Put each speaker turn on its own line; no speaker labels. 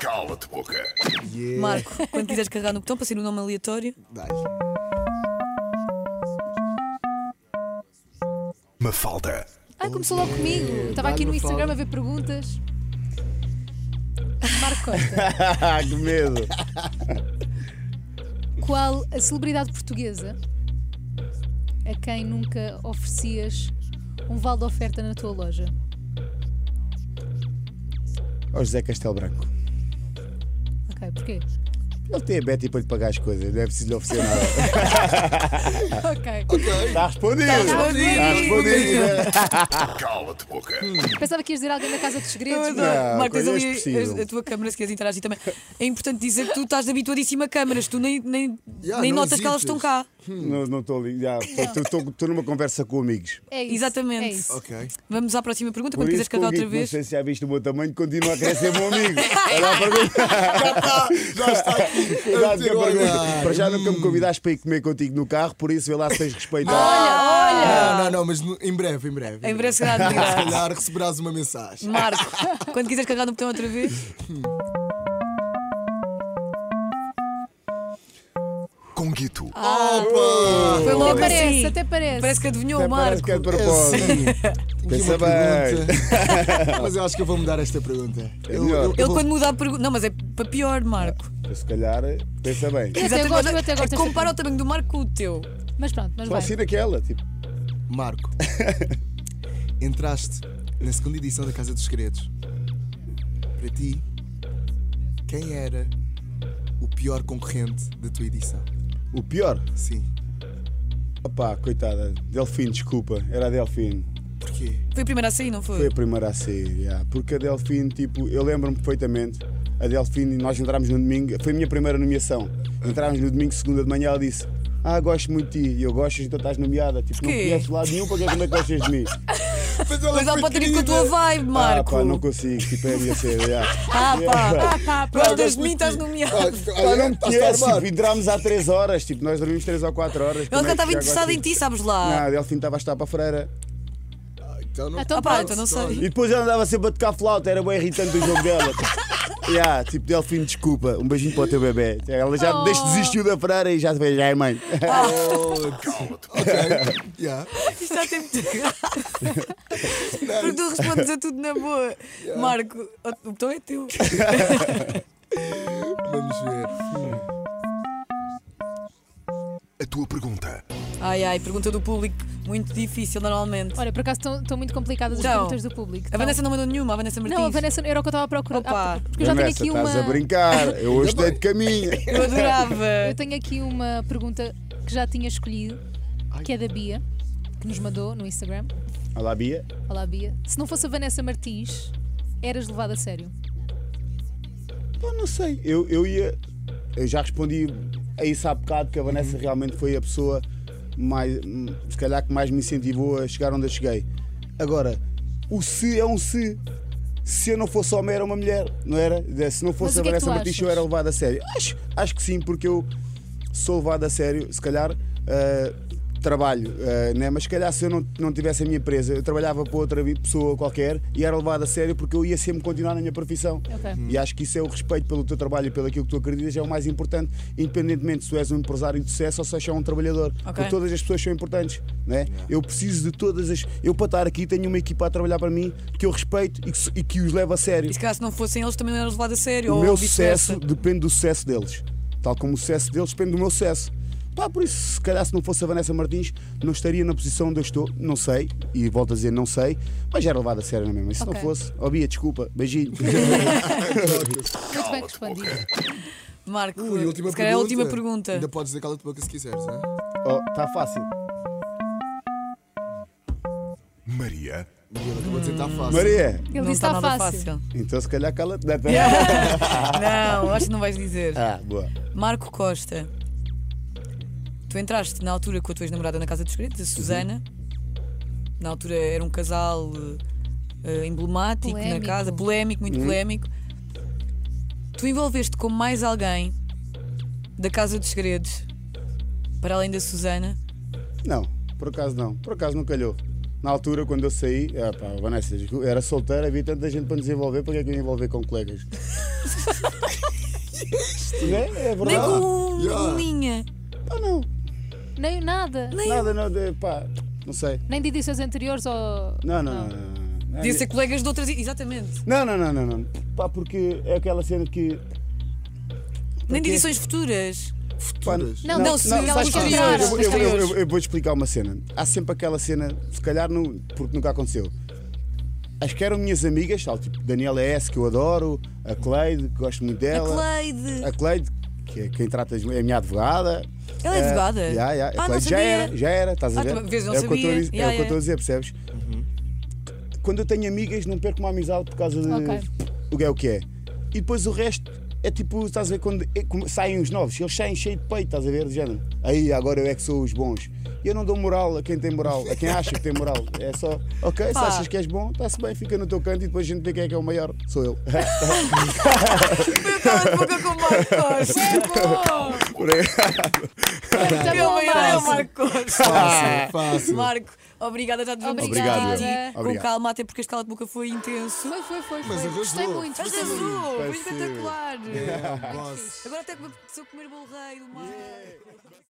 Cala-te, boca.
Yeah.
Marco, quando quiseres carregar no botão para ser um nome aleatório.
Dai.
Mafalda.
Ai, Ah, começou logo comigo.
É,
Estava
um
aqui no Instagram a ver perguntas. Marco Costa,
Ah, que medo!
qual a celebridade portuguesa a quem nunca oferecias um vale de oferta na tua loja?
Ó José Castelo Branco.
Ok, porquê?
Ele tem a Betty para lhe pagar as coisas, não é preciso lhe oferecer nada.
Ok.
Tá
Está respondido! Está
respondido.
respondido!
Cala-te, boca.
Pensava que ias dizer alguém da Casa dos
Eu
Segredos.
adoro.
mas-
Não,
Marco, tens
coisas
ali
precisam.
a, a tua câmara se queres interagir também. É importante dizer que tu estás habituadíssimo a câmaras, tu nem, nem,
Yeah,
nem
não
notas que elas estão
hesitas.
cá.
Não não estou ali. já, estou- Estou estou numa conversa com amigos.
É isso.
Exatamente.
É isso.
Ok.
Vamos à próxima pergunta,
Por
quando quiseres
isso que o
carregar outra
Guito,
vez.
Não sei se já viste o meu tamanho, continua a querer ser meu amigo. Olha a pergunta.
Já está aqui.
Já
a
te
ter
pergunto.
olhar. Hum.
Para já nunca me convidaste para ir comer contigo no carro, por isso vê lá se tens respeito.
Não, Ah, não, não, mas no- em breve, em
Ah.
breve.
Ah, Em breve será de
Se
graça.
calhar receberás uma mensagem.
Marco, quando quiseres carregar no botão outra vez.
Conguito.
Opa!
Foi
Até
logo
parece,
assim.
até parece.
Parece que adivinhou
Até
o
parece
Marco.
que é de
É
propósito.
assim. Tinha
Pensa
uma
bem.
pergunta, Mas eu acho que eu vou mudar esta pergunta. Eu,
melhor.
Ele
vou-
quando muda a pergunta. Não, mas é para pior, Marco.
Se calhar, pensa bem.
Eu até
Exatamente.
gosto, eu até gosto. desta
Compara o tamanho do Marco com o teu.
pergunta. Mas pronto, mas
Só
vai.
assim daquela, tipo,
Marco, entraste na segunda edição da Casa dos Segredos. Para ti, quem era o pior concorrente da tua edição?
o pior.
Sim.
Opá, coitada, Delfim, desculpa, era a Delfim.
Porquê?
Foi a primeira a sair, não
Foi
foi?
a primeira a sair, yeah. porque a Delfim, tipo, eu lembro-me perfeitamente. A Delfim, nós entrámos no domingo, foi a minha primeira nomeação. Entrámos no domingo, segunda de manhã, ela disse: Ah, gosto muito de ti, e eu gosto, então estás nomeada. Tipo, não
Porquê?
conheces lado nenhum, para que é que não gostas de mim?
Mas ela pode ter ido com a tua vibe, Marco.
Ah, pá, não consigo, tipo, é a minha cena. yeah.
Ah, pá.
Pá, pá.
Gostas de mim, estás nomeado.
Pá, não me
Estás-te a
conheces,
armar.
tipo, entrámos há 3 horas, tipo, nós dormimos 3 ou 4 horas.
Ela
como
já
é que
estava
já
interessada
gostas
em
de-
ti, sabes lá.
Não, a Delfim estava a estar para a freira.
Então não.
Então
Ah, pá,
pronto.
então não sei.
E depois ela andava sempre a tocar flauta, era bem irritante o jogo dela. yeah, tipo, Delfim, desculpa, um beijinho para o teu bebê. Ela já
Oh.
desde desistiu da freira e já te veio, já é mãe.
Ok. Yeah.
Isto já tem muito Porque tu respondes a tudo na boa. Marco, o botão é teu.
Vamos ver.
A tua pergunta.
Ai, ai, pergunta do público. Muito difícil, normalmente.
Olha, por acaso estão- estão muito complicadas as
Então,
perguntas do público.
A
Estão-
Vanessa não mandou nenhuma, a Vanessa Martins.
Não, a Vanessa era o que eu estava a procurar.
Opa.
Ah, Porque eu já tenho
Vanessa,
aqui uma.
estás a brincar, eu hoje estou de caminho.
Eu adorava.
Eu tenho aqui uma pergunta que já tinha escolhido, que é da Bia, que nos mandou no Instagram.
Olá, Bia.
Olá, Bia. Se não fosse a Vanessa Martins, eras levada a sério.
Pá, não sei. Eu, eu ia. Eu já respondi a isso há bocado que a Vanessa
Uhum.
realmente foi a pessoa mais, hum, se calhar que mais me incentivou a chegar onde eu cheguei. Agora, o se é um se. Se eu não fosse homem, era uma mulher, não era? Se não
Mas o
fosse a
que é que
Vanessa
tu
Martins, eu
achas?
era um levado a sério. Acho, acho que sim, porque eu sou levado a sério, se calhar. ah, Trabalho, ah, né? mas se calhar se eu não, não tivesse a minha empresa, eu trabalhava para outra pessoa qualquer e era levado a sério porque eu ia sempre continuar na minha profissão.
Ok.
E acho que isso é o respeito pelo teu trabalho e pelo aquilo que tu acreditas, é o mais importante, independentemente se tu és um empresário de sucesso ou se és só um trabalhador. Porque todas as pessoas são importantes, não é? Eu preciso de todas as. Eu, para estar aqui, tenho uma equipa a trabalhar para mim que eu respeito e que, se- e que os levo a sério.
E se calhar se não fossem eles também não eras levado a sério.
O
ou
meu
vice-versa.
sucesso depende do sucesso deles, tal como o sucesso deles depende do meu sucesso. Pá, por isso, se calhar se não fosse a Vanessa Martins, não estaria na posição onde eu estou, não sei, e volto a dizer não sei, mas era levado a sério na mesma. E se
Ok.
não fosse, ó Bia, desculpa, beijinho.
Muito bem respondido.
Marco,
Ui, última
se calhar é a última pergunta.
Ainda podes dizer cala-te boca se quiseres, né?
Está tá fácil.
Maria.
Miguel acabou de dizer, está tá fácil.
Maria,
Ele
não tá
disse está
nada
fácil.
Então se calhar cala-te.
não, acho que não vais dizer.
Ah, boa.
Marco Costa, tu entraste na altura com a tua ex-namorada na Casa dos Segredos, a Susana. Na altura era um casal eh, emblemático
Polémico.
na casa, polémico, muito polémico. Tu envolveste com mais alguém da Casa dos Segredos, para além da Susana.
Não, por acaso não. Por acaso não calhou. Na altura, quando eu saí, ah, pá, Vanessa, desculpa, era solteira, havia tanta gente para nos envolver, para que é que eu ia envolver com colegas? Não é? É verdade.
Nem com
Yeah.
uma linha.
Pá, Ah, não.
Nem nada.
Nem
Nada, não. de- Pá, não sei.
Nem de edições anteriores ou.
Não, não, não. não, não.
Podia ser colegas de outras. Exatamente.
Não, não, não, não, não. Pá, porque é aquela cena que.
Nem de edições futuras.
Pá,
Futuras.
Não,
Não,
não,
não,
se
não,
elas
sabes
Pá,
que-
encontraram.
eu, vou- eu vou- eu
exteriores.
vou- eu vou explicar uma cena. Há sempre aquela cena, se calhar, não, porque nunca aconteceu. As que eram minhas amigas, tal, tipo Daniela S, que eu adoro, a Cleide, que gosto muito
A
dela.
Cleide.
A Cleide, que é quem trata, as- é a minha advogada.
Ela é advogada?
Eh, já, já. A
Ah, não
Cleide já
sabia.
era, já era, estás a
Ah,
ver?
tu- vês, não
é o que eu estou a
sabia.
dizer-
Já,
é o que eu
já.
estou a dizer, percebes? Quando eu tenho amigas, não perco uma amizade por causa de
Ok.
o que é o que é. E depois o resto é tipo, estás a ver, quando é- como- saem os novos, eles saem cheio de peito, estás a ver, de género. Aí agora eu é que sou os bons. E eu não dou moral a quem tem moral, a quem acha que tem moral. É só, ok, se
Pá.
achas que és bom, está-se bem, fica no teu canto e depois a gente vê quem é que é o maior. Sou eu.
Eu cala de boca com o Marco Costa. Bom,
Muito
meu
bom,
maior é o
Marco.
Marco Costa.
Fácil, fácil.
Marco, obrigada, já devemos
Obrigado.
falar de ti com
Obrigado.
calma, até porque este cala de boca foi intenso.
Foi, foi, foi.
Mas
foi. Gostei
arrasou.
muito.
Mas
Gostei muito.
azul, foi
Parecido.
espetacular.
É, boss.
Agora até que me apeteceu comer bolo rei do mar.